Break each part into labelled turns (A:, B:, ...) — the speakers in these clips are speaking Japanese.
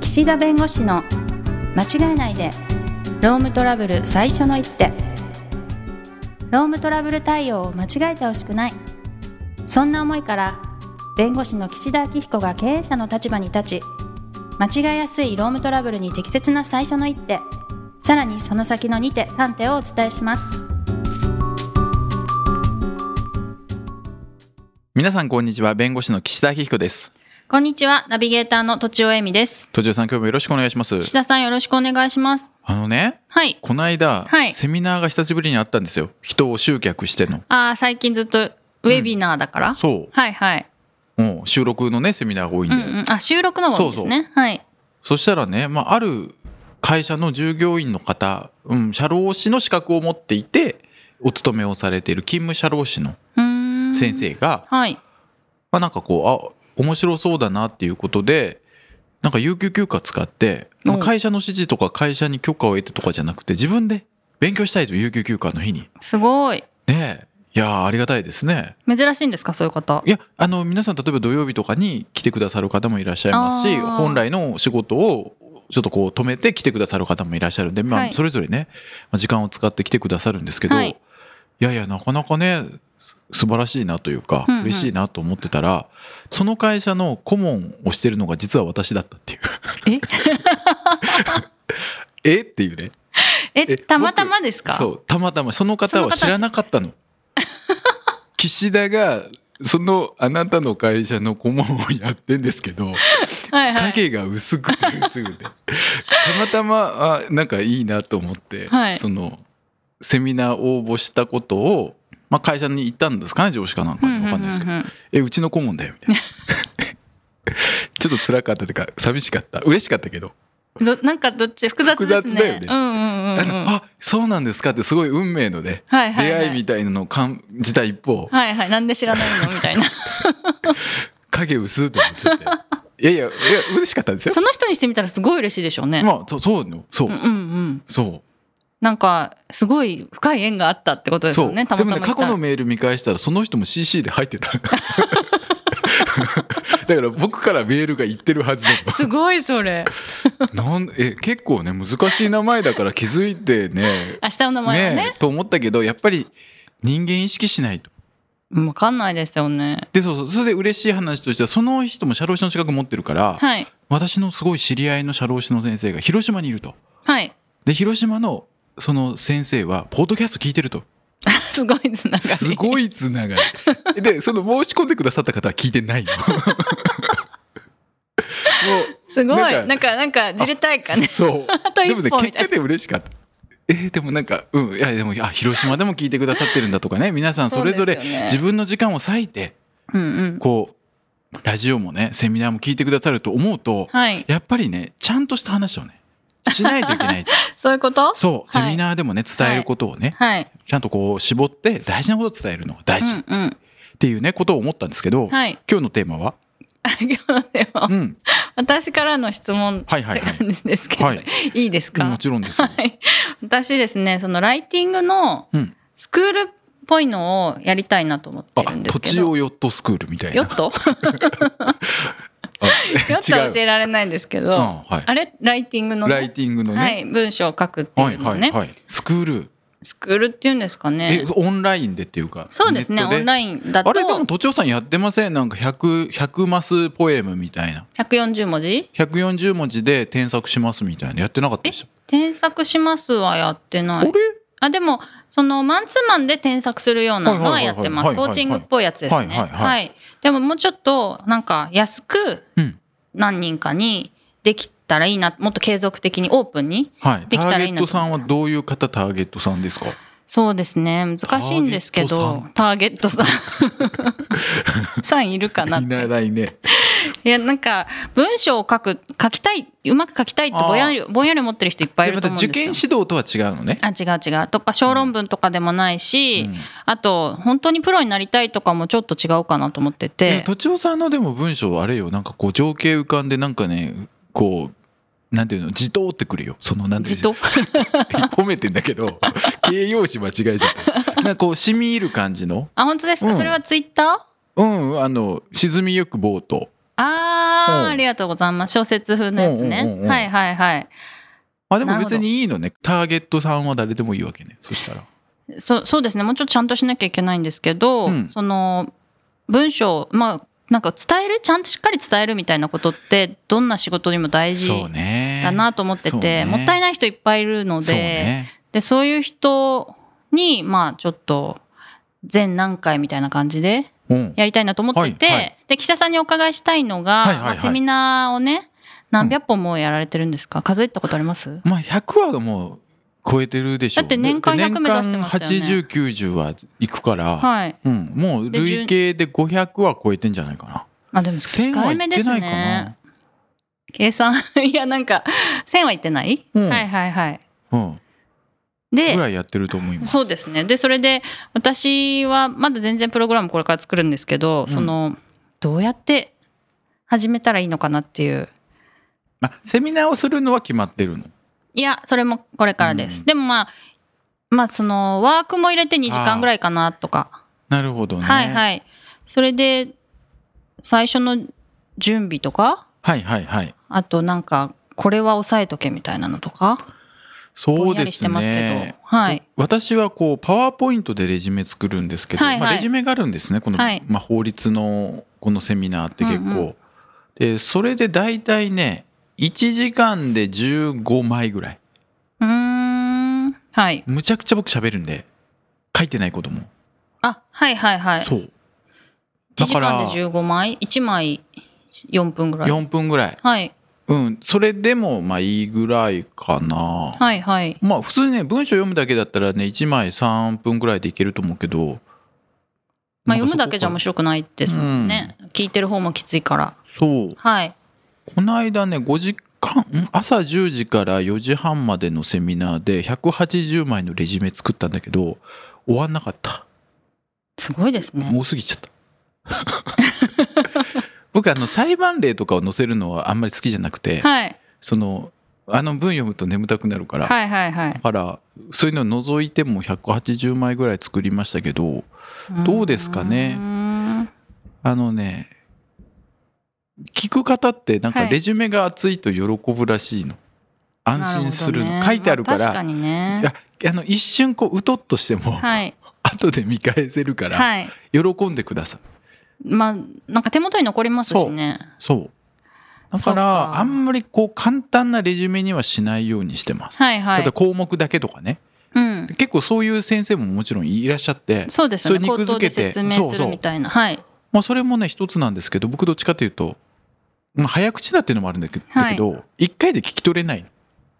A: 岸田弁護士の間違えないでロームトラブル最初の一手ロームトラブル対応を間違えてほしくないそんな思いから弁護士の岸田明彦が経営者の立場に立ち間違えやすいロームトラブルに適切な最初の一手さらにその先の2手3手をお伝えします
B: 皆さんこんにちは弁護士の岸田明彦です
A: こんにちはナビゲーターのとちおえみです
B: 途中さん今日もよろしくお願いします
A: 岸田さんよろしくお願いします
B: あのね
A: はい
B: この間、
A: はい
B: セミナーが久しぶりにあったんですよ人を集客しての
A: ああ最近ずっとウェビナーだから、
B: そ
A: はいはいう
B: もう収録のねセミナーが多いん
A: う
B: で、
A: んうんあ収録の方ですねはい
B: そしたらね、まあ、ある会社の従業員の方、うん、社労士の資格を持っていてお勤めをされている勤務社労士の
A: うーん
B: 先生が、
A: はい
B: まあ、なんかこうあ面白そうだなっていうことでなんか有給休暇使って、まあ
A: うん
B: 会社の指示とか会社に許可を得てとかじゃなくて自分で勉強したいと有給休暇の日に
A: すごい
B: ねえいやーありがたいですね
A: 珍しいんですかそういう方
B: いやあの皆さん例えば土曜日とかに来てくださる方もいらっしゃいますし
A: あー
B: 本来の仕事をちょっとこう止めて来てくださる方もいらっしゃるんで、まあ
A: はい
B: それぞれねまあ時間を使って来てくださるんですけど、
A: はい
B: い、やいやなかなかねす素晴らしいなというか、
A: うんうん
B: 嬉しいなと思ってたらその会社の顧問をしてるのが実は私だったっていう
A: え
B: えっていうね
A: え
B: え
A: たまたまですか
B: そうたまたまその方
A: その
B: は
A: 方は
B: 知らなかったの 岸田がそのあなたの会社の顧問をやってんですけど
A: はいはい
B: 影が薄くて薄くてたまたまあなんかいいなと思って、
A: はい
B: そのセミナー応募したことを、まあ、会社に行ったんですかね上司かなんかに分かんないですけど「
A: うんうんうんうん
B: えうちの顧問だよ」みたいな ちょっと辛かったというか寂しかった嬉しかったけど、
A: どなんかどっち複雑ですね。
B: 複雑だよね
A: うんうんうん、
B: あ
A: うん。
B: のあそうなんですかってすごい運命のね
A: はいはい、
B: 出
A: はい。
B: 会いみたいなのを感じた一方、
A: はいはい。なんで知らないのみたいな。
B: 影薄いと思っち ゃっていやいやいや嬉しかったんですよ
A: その人にしてみたらすごい嬉しいでしょうね。
B: まあそうそうよそう、
A: うんうんうん。
B: そう
A: なんか、すごい深い縁があったってことです
B: そ
A: よ
B: う
A: ね。た
B: で
A: ま
B: も
A: た
B: ね
A: ま
B: 過去のメール見返したらその人も CC で入ってた だから僕からメールが言ってるはずだ
A: すごいそれ。
B: となんえ結構ね難しい名前だから気づいてね
A: 明日の名前はね。
B: ねと思ったけどやっぱり人間意識しないと
A: わかんないですよね。
B: でそうそうそれで嬉しい話としてはその人も社労士の資格持ってるから、
A: はい。
B: 私のすごい知り合いの社労士の先生が広島にいると
A: はい。
B: で広島のその先生はポッドキャスト聞いてると
A: すごいつながり。
B: すごいつながり。 で、その申し込んでくださった方は聞いてないの。 も
A: すごい。
B: なんか
A: なんか、なんか、じれたいか
B: う、
A: ね。
B: そう。
A: あと
B: で
A: 一
B: もね、
A: 歩み
B: 結
A: たい
B: 果
A: な。
B: で嬉しかった。えーでもなんか、うん、いや、でも、あ、広島でも聞いてくださってるんだとかね、皆さんそれぞれ
A: そうですよね
B: 自分の時間を割いて、
A: うんうん。
B: こう、ラジオもね、セミナーも聞いてくださると思うと、
A: はい。
B: やっぱりね、ちゃんとした話をね、しないといけない。
A: そういうこと
B: そう、セ
A: はい
B: ミナーでもね、伝えることをね、
A: はい。
B: ちゃんとこう、絞って大事なことを伝えるのが大
A: う
B: 事っ
A: んうん。
B: ていうね、ことを思ったんですけど、
A: はい。
B: 今日のテーマは
A: 今日でも
B: う、ん。
A: 私からの質問
B: はいは
A: っ
B: い
A: て
B: はい。
A: 感じですけど、
B: はいい、
A: いですか、
B: もちろんですよ。
A: はい私ですねそのライティングの
B: うん
A: スクールっぽいのをやりたいなと思って
B: あ
A: るん、です
B: 土
A: け
B: 地
A: ど、
B: をヨットスクールみたいな。
A: ヨット
B: あ
A: ヨットは教
B: 違う。
A: えられないんですけ
B: う
A: ど、
B: ん、は
A: あれライティング
B: い。
A: のね
B: ライティングの
A: は
B: ね。
A: い、文章を書くって
B: はいいう
A: のを
B: は
A: ね、
B: いはい。スクール。
A: スクールっていうんですか
B: え
A: ね、
B: オンラインでっていうか。
A: そうです
B: ネ
A: ね
B: ッ
A: オ
B: ト
A: ンラインだと
B: あれでも、都庁さんやってませんなんか100、100マスポエムみたいな。
A: 140文字
B: 140文字で添削しますみたいな。やってなかったでし
A: 添削しますはやって
B: た。
A: な
B: あれ
A: いあでもそのマンツーマンで添削するようなのはやってま
B: は
A: す
B: い
A: コ
B: はいはいはい
A: ーチングっぽいやつです
B: は
A: ね
B: いはいはい
A: はいでももうちょっとなんか安く
B: うん。
A: 何人かにできたらいいなもっと継続的にオープンに
B: はい。
A: で
B: タ
A: きた
B: ー
A: ら
B: ゲ
A: いい
B: ッ
A: なと
B: トさんはどういう方ターゲットさんですか
A: そうですね難しいんですけどターゲットさん さんいるかなっ
B: いな
A: て
B: らいね。
A: いやなんか文章を書く書きたいうまく書きたいってぼんやりぼんやり思ってる人いっぱいい
B: で
A: る
B: ま
A: と
B: た
A: 思うん
B: 受験
A: で
B: 指
A: すよ
B: 導とは違うのね。
A: あ違う違うとか小論文とかでもないし、
B: うん
A: あと本当にプロになりたいとかもちょっと違うかなと思って
B: いや
A: て
B: とちおさんのでも文章あれよなんかこう情景浮かんでなんかねこうなんていうの自動ってくるよそのなんていう
A: 自
B: の
A: 動
B: 褒めてんだけ ど形容詞間違えちゃったなんかこう染み入る感じの
A: あ本当ですか、
B: うん
A: それはツイッター
B: うんあの沈みゆくボート
A: あ
B: うん
A: あありがとうございます小説風のやつ
B: うんうんうんうん
A: ねはいはいはい
B: あでも
A: なるほど
B: 別にいいのねターゲットさんは誰でもいいわけねそしたら
A: そそうですねもうちょっとちゃんとしなきゃいけないんですけど、
B: うん
A: その文章まあなんか伝えるちゃんとしっかり伝えるみたいなことってどんな仕事にも大事
B: そうね
A: だなと思ってて、
B: そうね
A: もったいない人いっぱいいるので
B: そうね
A: でそういう人にまあちょっと全何回みたいな感じで
B: うん
A: やりたいなと思ってて、
B: はいはい
A: で記者さんにお伺いしたいのが、
B: はいはいはい
A: まあセミナーをね何百本もやられてるんですか、数えたことあります
B: まあ100話がもう超えてるでしょ
A: だって年間
B: で
A: 100目指してましたよね
B: 年間8090は行くから、
A: はい
B: うん、もう
A: で
B: 累計で500は超えてんじゃないかな
A: まあでも
B: 1000は
A: 控え
B: 行
A: め
B: っ
A: で
B: て
A: す
B: ないか
A: ね
B: な
A: 計算 いやなんか1000はいってない、
B: うん
A: はいはいはい
B: うんぐ
A: で
B: らいやってると思います
A: そうですねでそれで私はまだ全然プログラムこれから作るんですけど、
B: ん
A: そのどうやって始めたらいいのかなっていう
B: あセミナーをするのは決まってるの
A: いやそれもこれからです、
B: うん
A: でもまあまあそのワークも入れて2時間ぐらいかなとか
B: なるほどね
A: はい
B: い
A: はいそれで最初の準備とか
B: はいはいはい
A: あとなんかこれは押さえとけみたいなのとか
B: そ
A: ぼ
B: うん
A: や
B: で
A: りし
B: す
A: てます
B: ね
A: けどはい
B: 私はこうパワーポイントでレジュメ作るんですけど、
A: はいはい
B: まあ、レジュメがあるんですねこの、
A: はい
B: まあ、法律のこのセミナーって結構、
A: うんうん
B: でそれで大体ね1時間で15枚ぐらいう
A: ーんはい
B: むちゃくちゃ僕喋るんで書いてないことも
A: あはいはいはい
B: そう
A: 1
B: だ
A: 時
B: から
A: 間で15枚1枚4分ぐらい
B: 4分ぐらい
A: はい
B: うんそれでもまあいいぐらいかな、
A: はいはい
B: まあ普通にね文章読むだけだったらね1枚3分ぐらいでいけると思うけど
A: まあ読むだけじゃ面
B: 白
A: 白くないですもんね、聞いてる方もきついから
B: そう
A: はい
B: この間ね5時間ん朝10時から4時半までのセミナーで180枚のレジュメ作ったんだけど終わんなかった
A: すごいですね
B: 多すぎちゃった 僕あの裁判例とかを載せるのはあんまり好きじゃなくて、
A: はい
B: そのあの文読むと眠たくなるから、
A: はいはいはい
B: だからそういうのを除いても180枚ぐらい作りましたけどどうですかね
A: うーん
B: あのね聞く方ってなんか
A: はい
B: レジュメが熱いと喜ぶらしいの、安心するの
A: なほどね
B: 書いてあるか
A: ま
B: ら、
A: 確かにね
B: いやあの一瞬こううとっとしても、
A: はい
B: 後で見返せるから
A: はい
B: 喜んでください
A: まあなんか手元に残りますしね
B: そうだ
A: そ
B: か
A: うから
B: あんまりこう簡単なレジュメにはしないようにしてます、
A: はいは
B: ただ
A: い
B: 項目だけとかね
A: うん
B: 結構そういう先生ももちろんいらっしゃって
A: そうですよね
B: それ
A: 口
B: 肉
A: 頭
B: 付
A: で
B: けて
A: 説明するみたいなはい
B: まあ、それもね一つなんですけど僕どっちかというと、まあ、早口だっていうのもあるんだけど、
A: はい
B: だけど一回で聞き取れない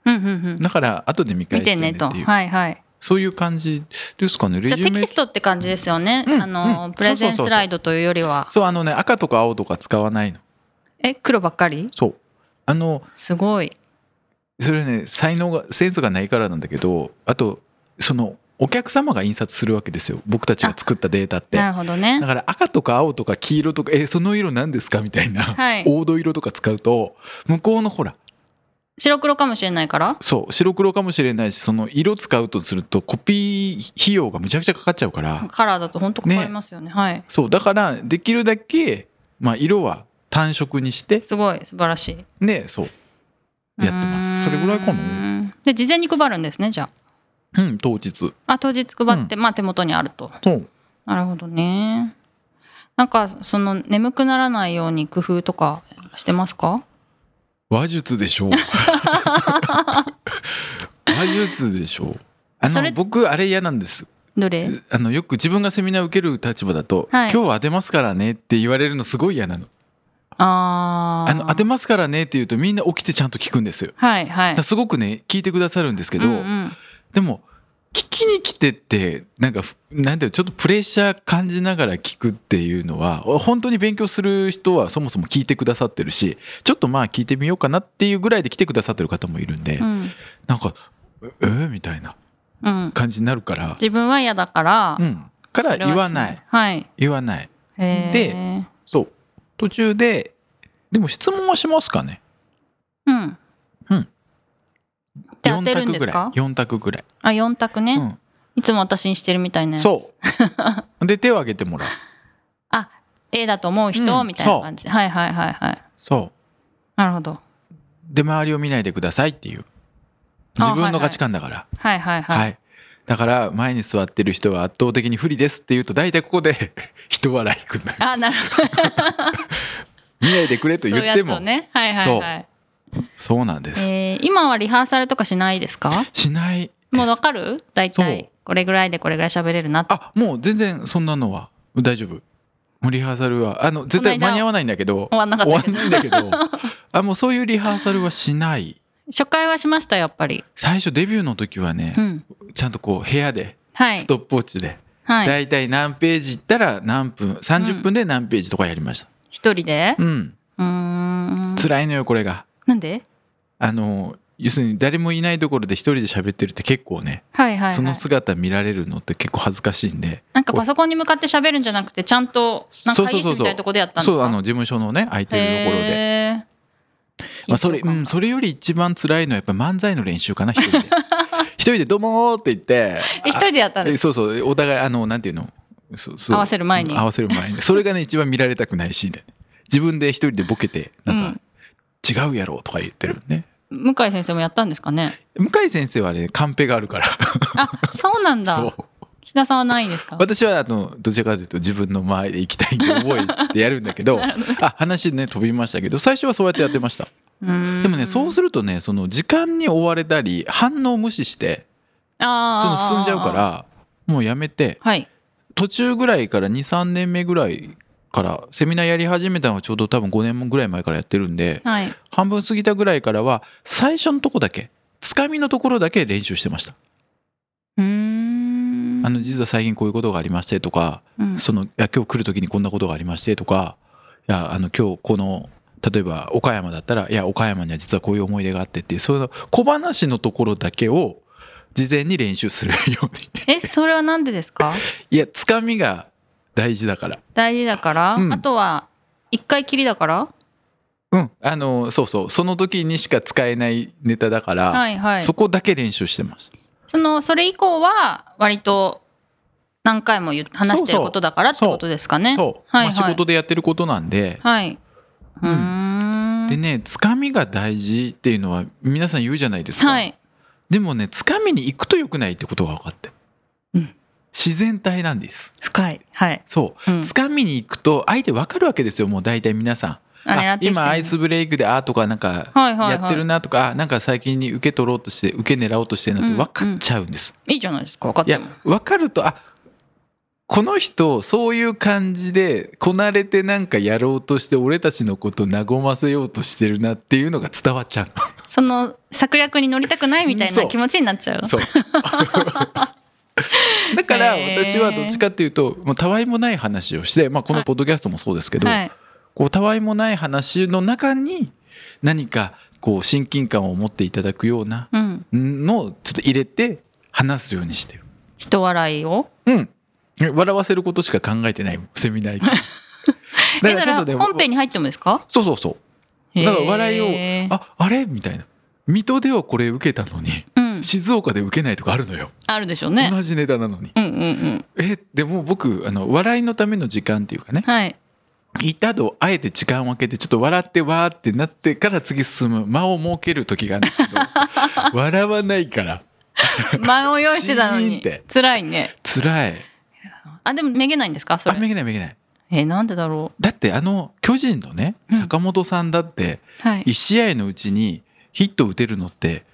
A: うんうんうん
B: だから後で見返
A: 見
B: して
A: て
B: ねっ
A: ね
B: てい
A: と
B: う、
A: はいはい
B: そういう感じですかねレ
A: じゃあ
B: ジ
A: テ
B: ュメ
A: キストって感じですよね
B: うん
A: あの
B: うん
A: プレ
B: そう
A: ゼ
B: そうそう
A: ン
B: そう
A: スライドというよりは
B: そうあのね赤とか青とか使わないの
A: え黒ばっかり
B: そうあの
A: すごい
B: それね才能がセンスがないからなんだけどあとそのお客様が印刷するわけですよ僕たちが作ったデータって
A: な
B: だ
A: るほどね
B: から赤とか青とか黄色とかえその色何ですかみたいな、
A: はい
B: 黄土色とか使うと向こうのほら
A: 白黒かもしれないから
B: そう白黒かもしれないしその色使うとするとコピー費用がむちゃくちゃかかっちゃうから、
A: カラーだと本当変わりますよねはい
B: そうだからできるだけ、まあ、色は単色にして
A: すごい素晴らしい
B: でそうやってます
A: うーん
B: それぐらいかな
A: で事前に配るんですねじゃ
B: うん当日
A: ああ当日配って、まあ手元にあると
B: そう
A: なるほどねなんかその眠くならないように工夫とかしてますか
B: 話術でし ょう話術でしょうあ
A: そ
B: の
A: れ
B: 僕あれ嫌なんです
A: どれ
B: あのよく自分がセミナー受ける立場だと「
A: はい
B: 今日は当てますからね」って言われるのすごい嫌なの
A: あー
B: あの当てますからねって言うとみんな起きてちゃんと聞くんですよ
A: はいはい
B: だからすごくね聞いてくださるんですけど、
A: うんうん
B: でも聞きに来てってなんかふなんていうのちょっとプレッシャー感じながら聞くっていうのは本当に勉強する人はそもそも聞いてくださってるしちょっとまあ聞いてみようかなっていうぐらいで来てくださってる方もいるんで、
A: うん
B: なんか「ええーみたいな
A: うん、
B: 感じになるから、
A: 自分は嫌だから、
B: うん、から
A: それは
B: 言
A: し
B: わない
A: はい
B: 言わない
A: で
B: そう途中ででも質問はしますかね
A: うん
B: うん
A: で当てるん
B: 4択
A: です
B: ぐらい
A: か
B: 4択ぐらい、
A: あ4択ね、
B: うん、
A: いつも私にしてるみたいなや つ
B: そうで手を挙げてもらう
A: あ A だと思う人、
B: うん
A: みたいな感じはいはいはいはい
B: そう
A: なるほど
B: 出回りを見ないでくださいっていう
A: あ
B: 自分の価値観だから
A: はいはい
B: はい、
A: はい、
B: だから前に座ってる人は圧倒的に不利ですって言うと大体ここで 人笑いくんなる
A: あなるほど
B: 見ないでくれと
A: そういう
B: 言っ
A: や
B: て
A: つ
B: もそう,、
A: をねはいはいはい
B: なんです、
A: えー今はリハーサルとかしないですか
B: しないです
A: もうわかる大
B: そう
A: 体これぐらいでこれぐらい喋れるなって
B: あもう全然そんなのは大丈夫もうリハーサルはあの絶対
A: この間
B: 間に合わないんだけど
A: 終わんなかったけ
B: 終わんないんだけ どあもうそういうリハーサルはしない
A: 初回はしましたやっぱり
B: 最初デビューの時はね、
A: うん
B: ちゃんとこう部屋で
A: は
B: ス
A: い
B: トップウォッチで、
A: はい
B: 大体何ページいったら何分30分で何ページとかやりました
A: 一人で
B: うん、
A: うーん
B: 辛いのよこれが
A: なんで
B: あの要するに誰もいないところで一人で喋ってるって結構ね、
A: はいはい
B: そ
A: は
B: の
A: い
B: 姿見られるのって結構恥ずかしいんで
A: なんかパソコンに向かって喋るんじゃなくてちゃんとなん
B: そう
A: か
B: そ
A: 会
B: う
A: 議
B: そうそう
A: 室みたいなとこでやったんですか
B: そうあの事務所のね空いてるところで、
A: へー
B: まあ、それ
A: 緊張感
B: うんそれより一番辛いのはやっぱ漫才の練習かな一 人で一人で「どうも」って言って
A: え一人でやったんで
B: あ
A: す
B: そうそうお互いあのなんていうのそそう
A: 合わせる前に
B: 合わせる前にそれがね一番見られたくないシーンで自分で一人でボケてなんか、違うやろ」とか言ってるね
A: 向井先生もやったんです かね
B: 向井先生はねカンペがあるから
A: あそうなんだ
B: そう
A: 岸田さんはないんですか
B: 私はあのどちらかというと自分の前で行きたいって思いでやるんだ けどあ話ね飛びましたけど最初はそうやってやってました
A: うーん
B: でもねそうするとねその時間に追われたり反応無視してその
A: あー
B: 進んじゃうからもうやめて
A: はい
B: 途中ぐらいから23年目ぐらいからセミナーやり始めたのはちょうど多分5年ぐらい前からやってるんで
A: はい
B: 半分過ぎたぐらいからは最初のとこだけつかみのところだけ練習してました
A: うーん
B: あの実は最近こういうことがありましてとか
A: うん
B: そのいや今日来る時にこんなことがありましてとかいやあの今日この例えば岡山だったらいや岡山には実はこういう思い出があってっていうその小話のところだけを事前に練習するように
A: えそれはなんでですか
B: いやつかみが大事だから
A: 大事だから、
B: うん
A: あとは一回きりだから
B: うんあのそうそうその時にしか使えないネタだから、
A: はいはい
B: そ
A: そ
B: こだけ練習してます
A: のそれ以降は割と何回も言う話してることだからって
B: そうそう
A: ことですかね
B: そう、まあ、
A: はいはい
B: 仕事でやってることなんで、
A: はいうーん
B: でねつかみが大事っていうのは皆さん言うじゃないですか、
A: はい
B: でもねつかみに行くと良くないってことが分かって、
A: うん
B: 自然体なんです
A: 深いはい、
B: そううんつかみに行くと相手分かるわけですよもう大体皆さん
A: あれや
B: あ
A: ってきてる
B: 今アイスブレイクであーとかなんか
A: はいはいはい
B: やってるなとか、あなんか最近に受け取ろうとして受け狙おうとしてるなって分かっちゃうんです、
A: いいじゃないですか分かっ
B: い
A: て
B: や
A: も
B: 分かるとあこの人そういう感じでこなれてなんかやろうとして俺たちのこと和ませようとしてるなっていうのが伝わっちゃうの
A: その策略に乗りたくないみたい
B: そ
A: な
B: う
A: 気持ちになっちゃう
B: そうだから
A: へー
B: 私はどっちかっていうともうたわいもない話をして、まあ、このポッドキャストもそうですけど、
A: はい
B: こうたわいもない話の中に何かこう親近感を持っていただくような
A: うん、
B: のをちょっと入れて話すようにしてる。
A: 人笑いを
B: うん。笑わせることしか考えてないもんセミナー行 って
A: えだから本編に入ってもですか
B: そうそうそう。だから笑いを、
A: へー
B: ああれみたいな。水戸ではこれ受けたのに
A: うん、
B: 静岡で受けないとかあるのよ。
A: あるでしょうね
B: 同じネタなのに。
A: うんうんうん
B: えでも僕あの笑いのための時間っていうかね
A: はい
B: 行った後あえて時間を空けてちょっと笑ってわーってなってから次進む間を設ける時があるんですけど 笑わないから
A: 前を用意してたの
B: シーンっ
A: に
B: て
A: 辛いね
B: 辛い
A: あでもめげないんですかそ
B: あ
A: れ
B: めげないめげない
A: えーなんでだろ
B: だってあの巨人のね
A: うん
B: 坂本さんだって
A: うはい
B: 1試合のうちにヒット打てるのって、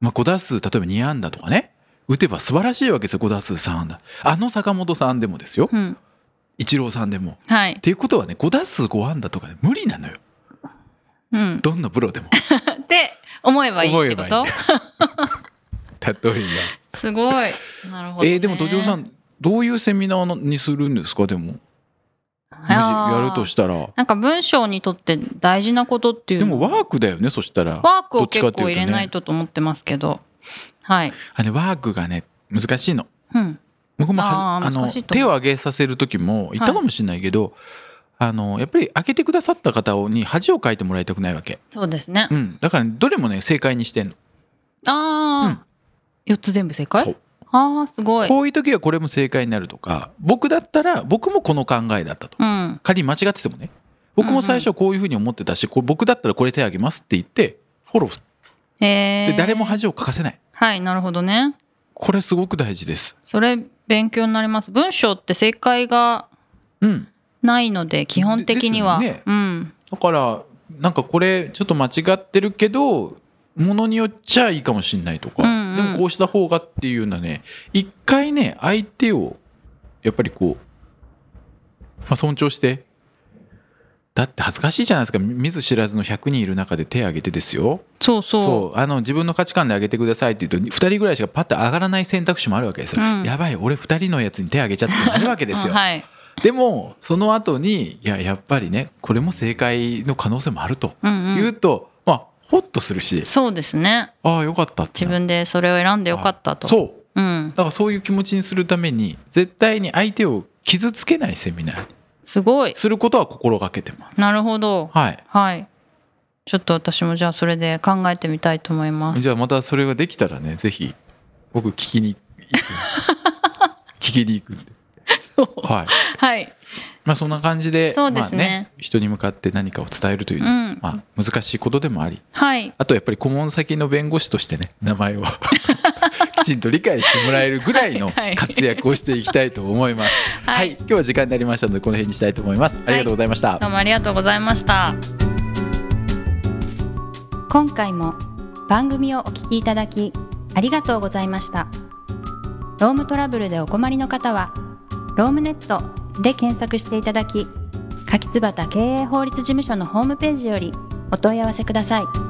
B: まあ、5打数例えば2安打とかね打てば素晴らしいわけですよ5打数3安打あの坂本さんでもですよ
A: うん
B: イチローさんでも
A: はい
B: っ、ていうことはね5打数5安打とかね無理なのよ
A: うん、っ
B: どんなプロでも
A: て思えばいいってこと
B: 例え
A: すごいなるほ
B: ば。
A: ど、ね、
B: えーでも土壌さんどういうセミナーにするんですかでももし
A: あー
B: やるとしたら
A: なんか文章にとって大事なことっていう
B: で
A: の
B: もワークだよねそしたら
A: ワーク
B: ど
A: を
B: っちか
A: 結
B: っていう
A: 構
B: と
A: 入れ
B: ね
A: ないとと思ってますけどはい、
B: あれワークがね難しいの
A: うん、
B: 僕もは
A: あー
B: あの
A: 難しいと
B: 手
A: 思う
B: を挙げさせる時も言ったかもしれないけど、あのやっぱり開けてくださった方に恥をかいてもらいたくないわけ、
A: そうですね、
B: うん、だからどれもね正解にしてんの
A: ああ、四つ全部正解
B: そう
A: ああすごい。
B: こういう時はこれも正解になるとか僕だったら僕もこの考えだったと
A: うん。
B: 仮に間違っててもね僕も最初はこういうふうに思ってたし、こう僕だったらこれ手あげますって言ってフォローし
A: へえ。
B: て誰も恥をかかせない
A: はいなるほどね。
B: これすごく大事です
A: それ勉強になります。文章って正解が
B: うん
A: ないので基本的には、
B: でですよね
A: うん
B: だからなんかこれちょっと間違ってるけどものによっちゃいいかもしんないとか、
A: うんうん
B: でもこうした方がっていうのはね一回ね相手をやっぱりこう、まあ、尊重してだって恥ずかしいじゃないですかみ見ず知らずの100人いる中で手挙げてですよ
A: そうそう
B: そうあの自分の価値観で上げてくださいって言うと2人ぐらいしかパッと上がらない選択肢もあるわけですよ、
A: うん
B: やばい俺2人のやつに手挙げちゃってなるわけですよ、
A: うん はい。
B: でもその後にいややっぱりねこれも正解の可能性もあると
A: うんうん
B: 言うと、まあホッとするし
A: そうですね。
B: ああよかったって
A: 自
B: なる
A: 分でそれを選んでよかったと。う。。
B: そうんだからそういう気持ちにするために絶対に相手を傷つけないセミナー
A: すごい。
B: することは心がけてます
A: なるほど。
B: はい
A: はい。ちょっと私もじゃあそれで考えてみたいと思います。
B: じゃあまたそれができたらねぜひ僕聞きに 行く聞きに行くんではい
A: はい。
B: まあそんな感じで
A: そうですね
B: まあ人に向かって何かを伝えるという
A: う
B: のは、
A: ん。
B: まあ難しいことでもあり
A: はい。
B: あとやっぱり顧問先の弁護士としてね名前を きちんと理解してもらえるぐらいの
A: はいはい
B: 活躍をしていきたいと思います。
A: は
B: はいい、今日は時間になりましたのでこの辺にしたいと思います。ありがとうございました。
A: どうもありがとうございました。
C: 今回も番組をお聞きいただきありがとうございましたロームトラブルでお困りの方は「ロームネット」で検索していただき柿椿経営法律事務所のホームページよりお問い合わせください